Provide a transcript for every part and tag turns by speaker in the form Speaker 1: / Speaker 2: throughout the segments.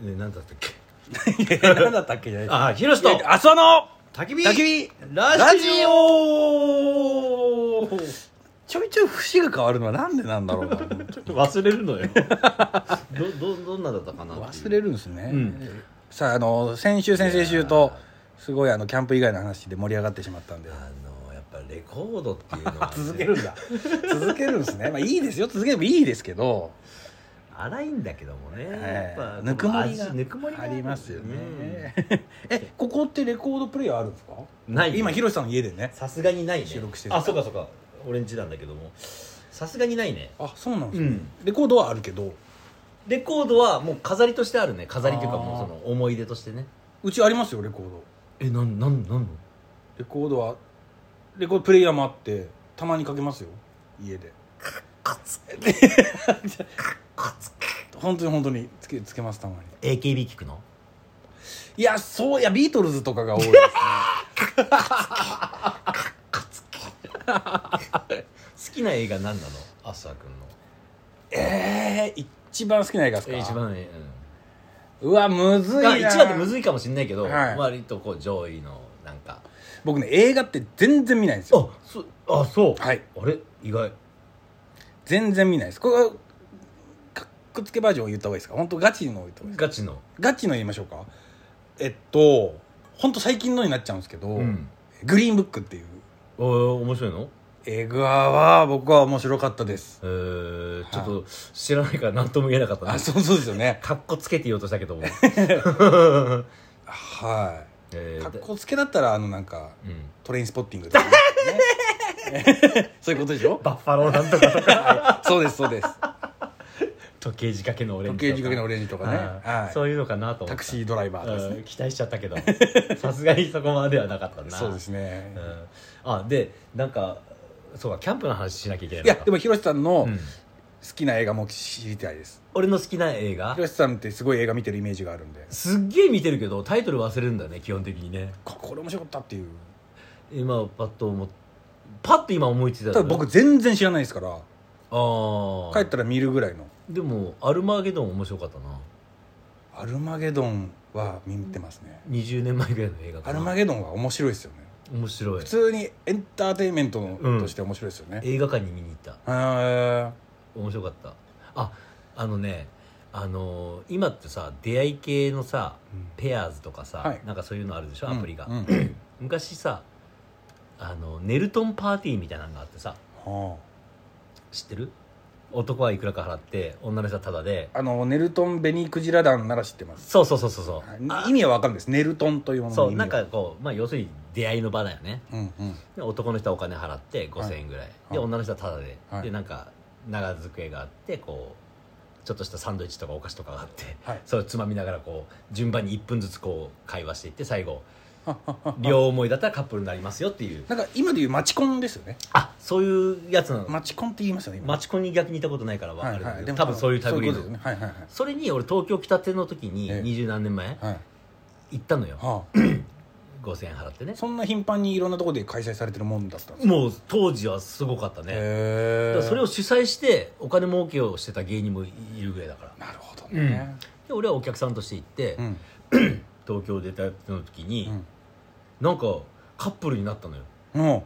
Speaker 1: ね何だったっけ
Speaker 2: 何だったっけじゃない
Speaker 1: あひろしと
Speaker 2: あその
Speaker 1: 焚き火
Speaker 2: 焚き火
Speaker 1: ラジオ
Speaker 2: ラジオ ちょいちょい節が変わるのはなんでなんだろうな
Speaker 1: 忘れるのよ どどどんなだったかなっていう
Speaker 2: 忘れるんですね、
Speaker 1: うん
Speaker 2: さああの先週先々週とすごいあのキャンプ以外の話で盛り上がってしまったんで、
Speaker 1: あのやっぱレコードっていうのは、ね
Speaker 2: るんだ続けるんですねまあいいですよ続けてもいいですけど
Speaker 1: 荒いんだけどもね、やっぱ
Speaker 2: ぬくもり
Speaker 1: この
Speaker 2: が
Speaker 1: 味ぬくもりが
Speaker 2: あ
Speaker 1: る
Speaker 2: りますよね、えここってレコードプレイヤーあるんですか
Speaker 1: うんない
Speaker 2: 今ヒロシさんの家でね
Speaker 1: さすがにないね
Speaker 2: 収録してる
Speaker 1: あそうかそうか俺んちなんだけどもさすがにないね
Speaker 2: あそうなんです
Speaker 1: う
Speaker 2: ね、
Speaker 1: ん
Speaker 2: レコードはあるけど
Speaker 1: レコードはもう飾りとしてあるね飾りというか
Speaker 2: あー
Speaker 1: もうその思い出としてね
Speaker 2: うちありますよレコード
Speaker 1: えなんなんなんの
Speaker 2: レコードはレコードプレイヤーもあってたまにかけますよ家で
Speaker 1: カ ツカツ
Speaker 2: 本当に本当につけつけますたまに
Speaker 1: AKB 聞くの
Speaker 2: いやそういやビートルズとかが多い ですね
Speaker 1: 好きな映画何なのあさくんの
Speaker 2: ええ一番好きな映画ですか
Speaker 1: え一番え
Speaker 2: うわむず
Speaker 1: う
Speaker 2: い
Speaker 1: んあ
Speaker 2: な
Speaker 1: 一番ってむずいかもしれないけど、
Speaker 2: はい
Speaker 1: 割とこう上位のなんか
Speaker 2: 僕ね映画って全然見ないんですよ
Speaker 1: あそあそう
Speaker 2: はい
Speaker 1: あれ意外
Speaker 2: 全然見ないですこれはかっこつけバージョンを言った方がいいですか本当ガチのを言った方がいいですか
Speaker 1: ガチの
Speaker 2: ガチの言いましょうかえっと本当最近のになっちゃうんですけど、
Speaker 1: うん
Speaker 2: グリーンブックっていう
Speaker 1: おー面白いの
Speaker 2: 映画は僕は面白かったです
Speaker 1: えー、ちょっと知らないから何とも言えなかった
Speaker 2: あ
Speaker 1: な
Speaker 2: そうそうですよね
Speaker 1: かっこつけて言おうとしたけ ども、
Speaker 2: は
Speaker 1: え
Speaker 2: い
Speaker 1: ー
Speaker 2: 格好つけだったらあのなんか
Speaker 1: うん
Speaker 2: トレインスポッティングと かねそういうことでしょ
Speaker 1: バッファローなんとかとか
Speaker 2: そうですそうです
Speaker 1: 時計仕掛けのオレン
Speaker 2: 時
Speaker 1: ジ
Speaker 2: 計
Speaker 1: と
Speaker 2: 仕
Speaker 1: か
Speaker 2: 掛けのオレンジとかね
Speaker 1: はい
Speaker 2: はい
Speaker 1: そういうのかなと思った
Speaker 2: タクシードライバーとかです
Speaker 1: う
Speaker 2: ね
Speaker 1: ん期待しちゃったけど さすがにそこまではなかったな
Speaker 2: そうです
Speaker 1: ね、
Speaker 2: ね
Speaker 1: うん、あでなんかそうかキャンプの話しなきゃいけない
Speaker 2: いやで
Speaker 1: も、
Speaker 2: もヒロシさんの
Speaker 1: うん
Speaker 2: 好きな映画も知りたいです
Speaker 1: 俺の好きな映画
Speaker 2: ヒロシさんってすごい映画見てるイメージがあるんです
Speaker 1: っげえ見てるけどタイトル忘れるんだね基本的にね
Speaker 2: ここれ面白かったっていう
Speaker 1: 今パッと思っパッと今思いついた
Speaker 2: た
Speaker 1: の
Speaker 2: だ僕全然知らないですから
Speaker 1: ああ
Speaker 2: 帰ったら見るぐらいの
Speaker 1: でもアルマーゲドン面白かったな
Speaker 2: 「アルマゲドン」は見てますね
Speaker 1: 20年前ぐらいの映画
Speaker 2: ア
Speaker 1: かな
Speaker 2: ルマゲドンは面白いですよね
Speaker 1: 面白い
Speaker 2: 普通にエンターテインメント
Speaker 1: うん
Speaker 2: として面白いですよね、
Speaker 1: 映画館に見に行った
Speaker 2: へー
Speaker 1: 面白かったああのねあのー今ってさ出会い系のさペアーズとかさ、
Speaker 2: はい
Speaker 1: なんかそういうのあるでしょ
Speaker 2: うん
Speaker 1: アプリが、
Speaker 2: うんうん
Speaker 1: 昔さあのネルトンパーティーみたいなのがあってさ
Speaker 2: は
Speaker 1: 知ってる男はいくらか払って女の人はタダで
Speaker 2: ああのネルトン・ベニー・クジラ団なら知ってます
Speaker 1: そうそうそうそうそうあ
Speaker 2: 意味は分かるんですネルトンというものの
Speaker 1: そう
Speaker 2: 意味
Speaker 1: なん
Speaker 2: は
Speaker 1: かこうまあ要するに出会いの場だよね
Speaker 2: うんうん
Speaker 1: で男の人はお金払って
Speaker 2: は
Speaker 1: 5000
Speaker 2: い
Speaker 1: 円ぐらい、
Speaker 2: はい
Speaker 1: で女の人はタダで、
Speaker 2: はい
Speaker 1: でなんか長机があってこうちょっとしたサンドイッチとかお菓子とかがあって、
Speaker 2: はい
Speaker 1: それをつまみながらこう順番に1分ずつこう会話していって最後
Speaker 2: ははは
Speaker 1: 両思いだったらカップルになりますよっていう
Speaker 2: なんか今でいうマチコンですよね
Speaker 1: あそういうやつなの、
Speaker 2: マチコンって言いますよね今
Speaker 1: マチコンに逆にいたことないから分か
Speaker 2: は
Speaker 1: る
Speaker 2: い
Speaker 1: んだ
Speaker 2: は
Speaker 1: け
Speaker 2: い
Speaker 1: ど、
Speaker 2: でも
Speaker 1: 多分そういう類
Speaker 2: そ
Speaker 1: の
Speaker 2: う
Speaker 1: そ,、
Speaker 2: いうことですよねはいはいは
Speaker 1: れ
Speaker 2: い
Speaker 1: に俺東京来たての時に
Speaker 2: ええ
Speaker 1: 二十何年前
Speaker 2: はい
Speaker 1: 行ったのよ
Speaker 2: は
Speaker 1: 5000円払って
Speaker 2: あ
Speaker 1: ね
Speaker 2: そんな頻繁にいろんなところで開催されてるもんだったんです
Speaker 1: もう当時はすごかったね、だ
Speaker 2: へ
Speaker 1: から
Speaker 2: え
Speaker 1: それを主催してお金儲けをしてた芸人もいるぐらいだから
Speaker 2: なるほどね
Speaker 1: で俺はお客さんとして行って、
Speaker 2: うん
Speaker 1: 東京出たの時に、
Speaker 2: うん
Speaker 1: なんかカップルになったのよ
Speaker 2: うん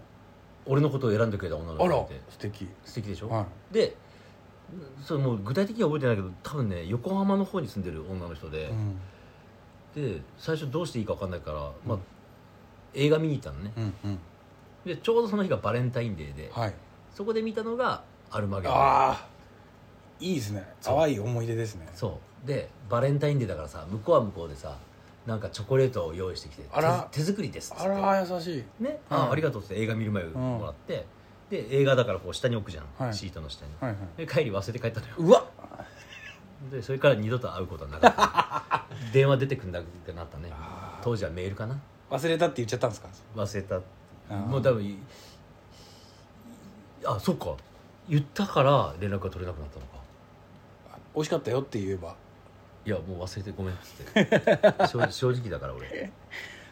Speaker 1: 俺のことを選んでくれた女の
Speaker 2: あ
Speaker 1: 子が
Speaker 2: ら
Speaker 1: いて
Speaker 2: 素敵
Speaker 1: 素敵でしょ、
Speaker 2: は
Speaker 1: でそれもう具体的には覚えてないけど多分ね横浜の方に住んでる女の人
Speaker 2: い
Speaker 1: で
Speaker 2: う、ん
Speaker 1: で最初どうしていいか分かんないから、まあ、映画見に行ったのね
Speaker 2: うんうん
Speaker 1: でちょうどその日がバレンタインデーで、
Speaker 2: はい
Speaker 1: そこで見たのが「アルマゲドン」
Speaker 2: ああいいですね
Speaker 1: そう
Speaker 2: 淡い思い出ですね
Speaker 1: そうでバレンタインデーだからさ向こうは向こうでさなんかチョコレートを用意してきて
Speaker 2: あら
Speaker 1: 手手作りですっつっ
Speaker 2: あ
Speaker 1: て
Speaker 2: ら優しい
Speaker 1: ね、あ
Speaker 2: うん
Speaker 1: ありがとうっつって映画見る前もらって、で映画だからこう下に置くじゃん、
Speaker 2: はい
Speaker 1: シートの下に、
Speaker 2: はいは
Speaker 1: で
Speaker 2: い
Speaker 1: 帰り忘れて帰ったのよ
Speaker 2: うわ
Speaker 1: でそれから二度と会うことはなかった 電話出てくんだってなったね
Speaker 2: あー
Speaker 1: 当時はメールかな
Speaker 2: 忘れたって言っちゃったんですか
Speaker 1: 忘れた
Speaker 2: あー
Speaker 1: もう多分いあそっか言ったから連絡が取れなくなったのか
Speaker 2: 美味しかったよって言えば
Speaker 1: いやもう忘れてごめんっつって正正直だから俺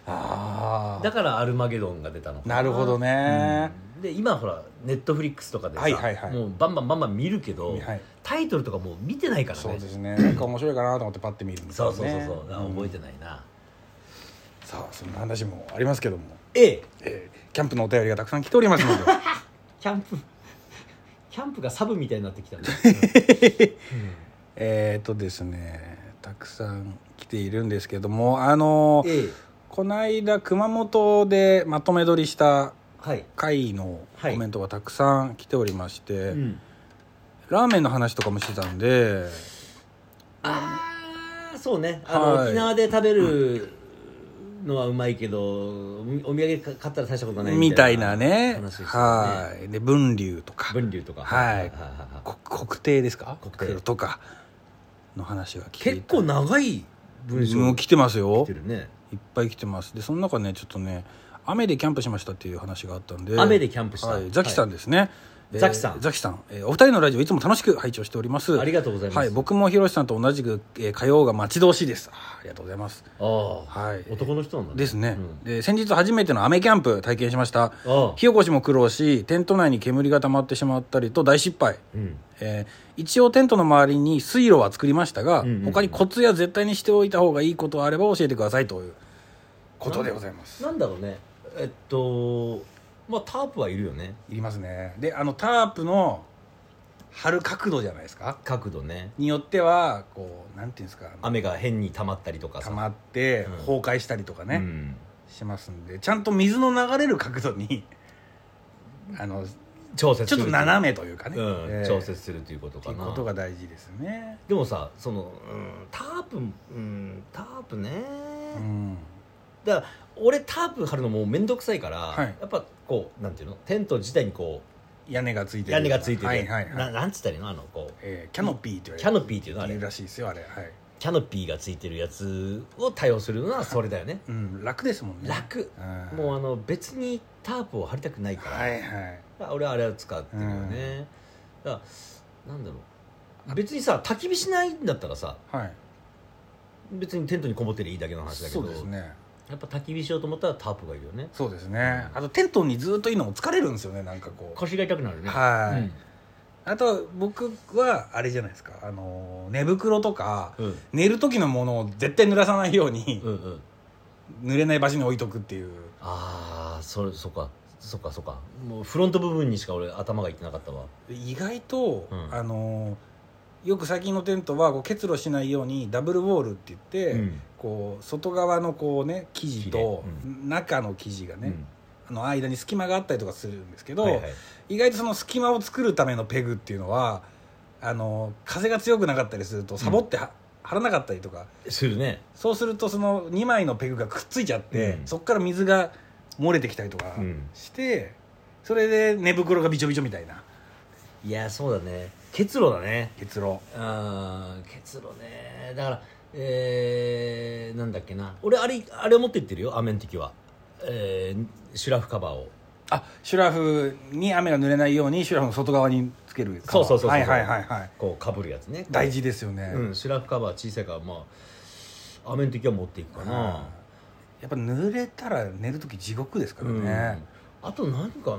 Speaker 2: あ
Speaker 1: だから「アルマゲドン」が出たのか
Speaker 2: あなるほどね、
Speaker 1: うんで今ほらネットフリックスとかでさ、
Speaker 2: はいはいはい
Speaker 1: もうバンバンバンバン見るけど、
Speaker 2: はい
Speaker 1: タイトルとかもう見てないからね
Speaker 2: そうですねなんか面白いかなと思ってパッて見るんです
Speaker 1: そ
Speaker 2: よ
Speaker 1: う
Speaker 2: ね
Speaker 1: そうそうそう、あ覚えて
Speaker 2: い
Speaker 1: ないな
Speaker 2: さあそんな話もありますけども、
Speaker 1: ええ
Speaker 2: えーキャンプのお便りがたくさん来ておりますの で
Speaker 1: キャンプキャンプがサブみたいになってきた ね、
Speaker 2: えっとですねたくさん来ているんですけどもあの
Speaker 1: うんええ
Speaker 2: この間熊本でまとめ撮りした
Speaker 1: はい、
Speaker 2: 回のコ
Speaker 1: はい
Speaker 2: メントがたくさん来ておりまして、
Speaker 1: うん、
Speaker 2: ラーメンの話とかもしてたんで
Speaker 1: ああそうねあの、
Speaker 2: はい
Speaker 1: 沖縄で食べるのはうまいけどおお土産か買ったら大したことない
Speaker 2: みたいなね
Speaker 1: 話ですよね
Speaker 2: はいで分流とか
Speaker 1: 分流とか
Speaker 2: はい
Speaker 1: は
Speaker 2: こ国定ですか
Speaker 1: 国定
Speaker 2: とかの話が来てい
Speaker 1: 結
Speaker 2: た
Speaker 1: 構長い文章
Speaker 2: もう来てますよ
Speaker 1: 来てるね
Speaker 2: いっぱい来てますでその中ねちょっとね雨でキャンプしましたっていう話があったんで
Speaker 1: 雨でキャンプした
Speaker 2: はい、ザキさんですね、えー
Speaker 1: ザキさん
Speaker 2: ザキさん、えーお二人のラジオいつも楽しく拝聴しております
Speaker 1: ありがとうございます
Speaker 2: はい、僕もひろしさんと同じく、えー火曜が待ち遠しいですあーありがとうございます
Speaker 1: ああ、
Speaker 2: はい
Speaker 1: 男の人なんだ、
Speaker 2: ですね、
Speaker 1: うん
Speaker 2: で先日初めての雨キャンプ体験しました
Speaker 1: ああ
Speaker 2: 火起こしも苦労しテント内に煙が溜まってしまったりと大失敗
Speaker 1: うん
Speaker 2: えー一応テントの周りに水路は作りましたが、
Speaker 1: うんうんうん
Speaker 2: 他にコツや絶対にしておいた方がいいことあれば教えてくださいということでございます
Speaker 1: なんだろうねえっとまあタープはいるよね
Speaker 2: いりますねであのタープの張る角度じゃないですか
Speaker 1: 角度ね
Speaker 2: によってはこうなんていうんですかあの
Speaker 1: 雨が変に溜まったりとかさ
Speaker 2: 溜まって
Speaker 1: うん
Speaker 2: 崩壊したりとかね、
Speaker 1: うん
Speaker 2: しますんでちゃんと水の流れる角度にあの
Speaker 1: 調節
Speaker 2: ち
Speaker 1: す
Speaker 2: ょ
Speaker 1: る
Speaker 2: っと斜めというかね、
Speaker 1: うん
Speaker 2: えー
Speaker 1: 調節するということ
Speaker 2: って
Speaker 1: か
Speaker 2: いう
Speaker 1: な
Speaker 2: ことが大事ですね、
Speaker 1: でもさその、うん、タープ、うん、タープね、
Speaker 2: うん、
Speaker 1: だから俺タープ張るのもう面倒くさいから、
Speaker 2: はい
Speaker 1: やっぱこうなんていうのテント自体にこ
Speaker 2: 屋根がついて
Speaker 1: う
Speaker 2: る
Speaker 1: 屋根がついてて、
Speaker 2: はいはいはい
Speaker 1: ななんつったらいいのあのこう
Speaker 2: えーキャノピーって言われる
Speaker 1: キャノピーっていうのあ
Speaker 2: い
Speaker 1: れ
Speaker 2: るらしいですよあれはい、
Speaker 1: キャノピーがついてるやつを対応するのはそれだよね
Speaker 2: うん、楽ですもんね
Speaker 1: 楽もうあの別にタープを張りたくないから、
Speaker 2: はいはい
Speaker 1: 俺はあれを使ってるよね、だからなんだろう別にさ焚き火しないんだったらさ
Speaker 2: はい
Speaker 1: 別にテントにこもってりゃいいだけの話だけど
Speaker 2: そうですね
Speaker 1: やっぱ焚き火しようと思ったらタープがいるよね
Speaker 2: そうですね
Speaker 1: うん
Speaker 2: あとテントにずっといるのも疲れるんですよねなんかこう
Speaker 1: 腰が痛くなるね
Speaker 2: はい
Speaker 1: うん
Speaker 2: あと僕はあれじゃないですかあのー寝袋とか
Speaker 1: うん
Speaker 2: 寝る時のものを絶対濡らさないように
Speaker 1: うんうん
Speaker 2: 濡れない場所に置いとくっていう
Speaker 1: ああそれそっかそっかそっかもうフロント部分にしか俺頭がいってなかったわ
Speaker 2: 意外と、
Speaker 1: うん
Speaker 2: あのーよく最近のテントはこう結露しないようにダブルウォールって言って、
Speaker 1: うん
Speaker 2: こう外側のこうね生地と
Speaker 1: 生地
Speaker 2: 中の生地がね、
Speaker 1: うん
Speaker 2: あの間に隙間があったりとかするんですけど、
Speaker 1: はいはい
Speaker 2: 意外とその隙間を作るためのペグっていうのはあの風が強くなかったりするとサボっては、張らなかったりとか
Speaker 1: するね
Speaker 2: そうするとその2枚のペグがくっついちゃって、
Speaker 1: うん
Speaker 2: そこから水が漏れてきたりとか
Speaker 1: うん
Speaker 2: して、それで寝袋がびちょびちょみたいない
Speaker 1: やそうだね結露だね
Speaker 2: 結露
Speaker 1: あー結露ねだからえー、なんだっけな俺あれあれ持ってってるよ雨の時は、えー、シュラフカバーを
Speaker 2: あシュラフに雨が濡れないようにシュラフの外側につけるカ
Speaker 1: そ
Speaker 2: バー
Speaker 1: うそうそうそう
Speaker 2: はいはいはいはい
Speaker 1: こうかぶるやつね
Speaker 2: 大、事ですよね、
Speaker 1: うん、シュラフカバー小さいからまあ雨の時は持っていくかな、
Speaker 2: やっぱ濡れたら寝る時地獄ですから
Speaker 1: う
Speaker 2: ね、
Speaker 1: んあと何かな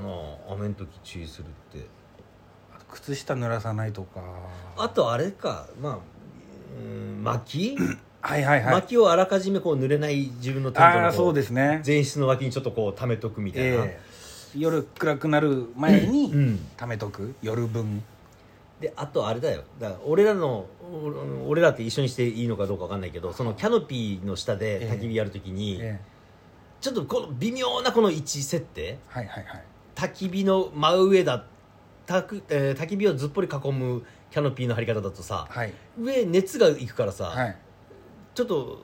Speaker 1: 雨の時注意するって
Speaker 2: あと靴下濡らさないとか
Speaker 1: あとあれかまあうん薪
Speaker 2: はいはいはい
Speaker 1: 薪をあらかじめこう濡れない自分のテント
Speaker 2: あ
Speaker 1: の
Speaker 2: あ
Speaker 1: こ
Speaker 2: そう
Speaker 1: う
Speaker 2: ですね、
Speaker 1: 前室の脇にちょっとこう溜めとくみたいな、
Speaker 2: ええ夜暗くなる前
Speaker 1: う
Speaker 2: に
Speaker 1: ん
Speaker 2: 貯めとく夜分
Speaker 1: であとあれだよだから俺らのお俺らって一緒にしていいのかどうかわかんないけどそのキャノピーの下
Speaker 2: ええ
Speaker 1: で焚き火やるときに、
Speaker 2: ええ
Speaker 1: ちょっとこの微妙なこの位置設定
Speaker 2: はいはいはい
Speaker 1: 焚き火の真上だたく、えー焚き火をずっぽり囲むキャノピーの張り方だとさ
Speaker 2: はい
Speaker 1: 上熱がいくからさ、
Speaker 2: はい
Speaker 1: ちょっと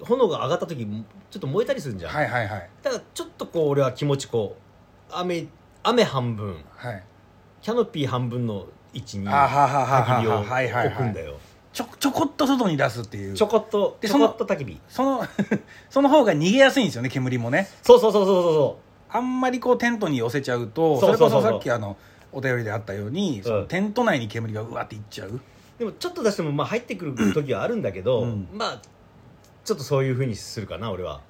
Speaker 1: 炎が上がった時ちょっと燃えたりするんじゃん、
Speaker 2: はいはいはい
Speaker 1: だからちょっとこう俺は気持ちこう雨雨半分
Speaker 2: はい
Speaker 1: キャノピー半分の位置に
Speaker 2: あは
Speaker 1: 焚
Speaker 2: はは
Speaker 1: き
Speaker 2: は
Speaker 1: 火を置
Speaker 2: はいはい
Speaker 1: くん
Speaker 2: は
Speaker 1: だ
Speaker 2: い
Speaker 1: よ
Speaker 2: ちょちょこっと外に出すっていう
Speaker 1: ちょこっと
Speaker 2: で
Speaker 1: ちょこっと焚き火
Speaker 2: その その方が逃げやすいんですよね煙もね
Speaker 1: そうそうそうそうそうそ
Speaker 2: あんまりこうテントに寄せちゃうとそ
Speaker 1: そうそうそうそう
Speaker 2: れこそさっきあのお便りであったように、そのテント内に煙がうわっていっちゃう
Speaker 1: うでもちょっと出してもまあ入ってくる時はあるんだけど、
Speaker 2: うん
Speaker 1: まあちょっとそういうふうにするかな俺は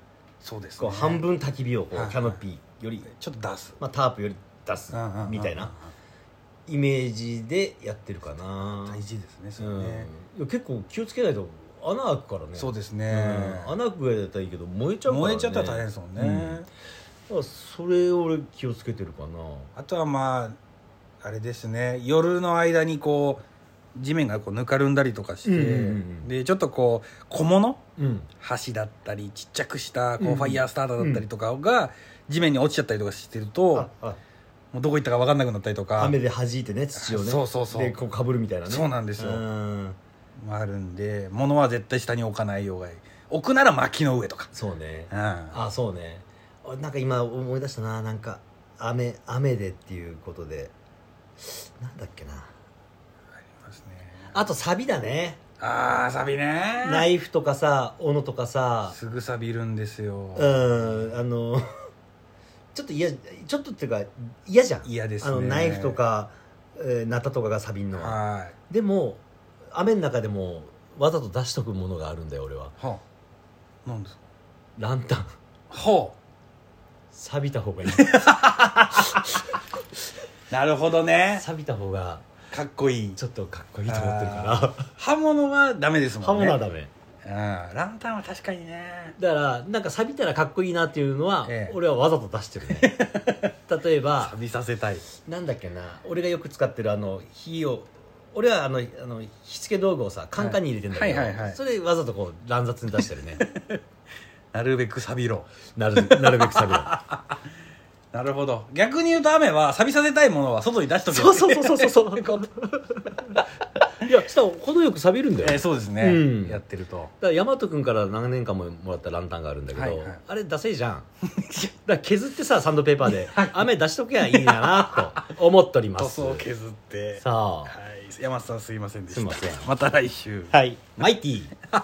Speaker 2: そうです
Speaker 1: こ
Speaker 2: ね
Speaker 1: う半分焚き火をこ
Speaker 2: はいう
Speaker 1: キャノピーより、
Speaker 2: ちょっと出す
Speaker 1: まあ、タープより出すみたいなイメージでやってるかな
Speaker 2: 大事ですねそれ
Speaker 1: うんい
Speaker 2: ね、
Speaker 1: や結構気をつけないと穴開くからね
Speaker 2: そうです
Speaker 1: う
Speaker 2: ね、
Speaker 1: ん穴開くぐらいだったらいいけど燃えちゃうから、ね、
Speaker 2: 燃えちゃったら大変ですもんね、
Speaker 1: うんだからそれ俺気をつけてるかな
Speaker 2: あとはまああれですね夜の間にこう地面がこうぬかるんだりとかして、
Speaker 1: うんうんうんうん
Speaker 2: でちょっとこう小物
Speaker 1: うん
Speaker 2: 箸だったりちっちゃくし
Speaker 1: う
Speaker 2: た
Speaker 1: ん
Speaker 2: こ
Speaker 1: う
Speaker 2: うんファイヤースターターだったりとかが地面に落ちちゃったりとかしてると、
Speaker 1: ああ
Speaker 2: もうどこ行ったか分かんなくなったりとか
Speaker 1: 雨で弾いてね土をね
Speaker 2: そうそうそう
Speaker 1: でこうかぶるみたいなね
Speaker 2: そうなんですよ
Speaker 1: うん
Speaker 2: もあるんで物は絶対下に置かないようがいい置くなら薪の上とか、
Speaker 1: そうね
Speaker 2: うん、あ
Speaker 1: あそうねあなんか今思い出したななんか雨雨でっていうことでなんだっけな
Speaker 2: りますね
Speaker 1: あとサビだね
Speaker 2: あーサビね
Speaker 1: ナイフとかさ斧とかさ
Speaker 2: すぐサビるんですよ
Speaker 1: うんあの ちょっと嫌ちょっとっていうか嫌じゃん
Speaker 2: 嫌です
Speaker 1: あ
Speaker 2: ね
Speaker 1: のナイフとか、えー、ナタとかがサビんのは
Speaker 2: はい
Speaker 1: でも雨の中でもわざと出しとくものがあるんだよ俺は
Speaker 2: はあなんですか
Speaker 1: ランタン
Speaker 2: は
Speaker 1: 錆びた 方がいい
Speaker 2: あなるほどね
Speaker 1: 錆びた方が
Speaker 2: かっこいい
Speaker 1: ちょっとかっこいいと思ってるから
Speaker 2: 刃物はダメですも
Speaker 1: 刃
Speaker 2: んね
Speaker 1: 物はダメ
Speaker 2: うんランタンは確かにね
Speaker 1: だからなんか錆びたらかっこいいなっていうのは、
Speaker 2: ええ
Speaker 1: 俺はわざと出して るね例えば
Speaker 2: びさせたい
Speaker 1: なんだっけな俺がよく使ってるあの火を俺はあのあの火付け道具をさカンカンに入れてんだけど、
Speaker 2: はいはいはいはい
Speaker 1: それわざとこう乱雑に出してるね
Speaker 2: なるべく錆びろ
Speaker 1: なるなるべく錆びる
Speaker 2: なるほど逆に言うと雨は錆びさせたいものは外に出しとけ
Speaker 1: そうそうそうそう そういやしたら程よく錆びるんだよ、
Speaker 2: えー
Speaker 1: だか
Speaker 2: そうですね、
Speaker 1: うん
Speaker 2: やってると
Speaker 1: ら大和君から何年間ももらったランタンがあるんだけど、
Speaker 2: はいはい
Speaker 1: あれダセいじゃんだから削ってさサンドペーパーで雨出しとけばいいんだなと思っておりま
Speaker 2: 塗
Speaker 1: す
Speaker 2: 装を削って
Speaker 1: さあ
Speaker 2: はい山瀬さんすいませんでした
Speaker 1: すいません
Speaker 2: また来週
Speaker 1: はいマイティー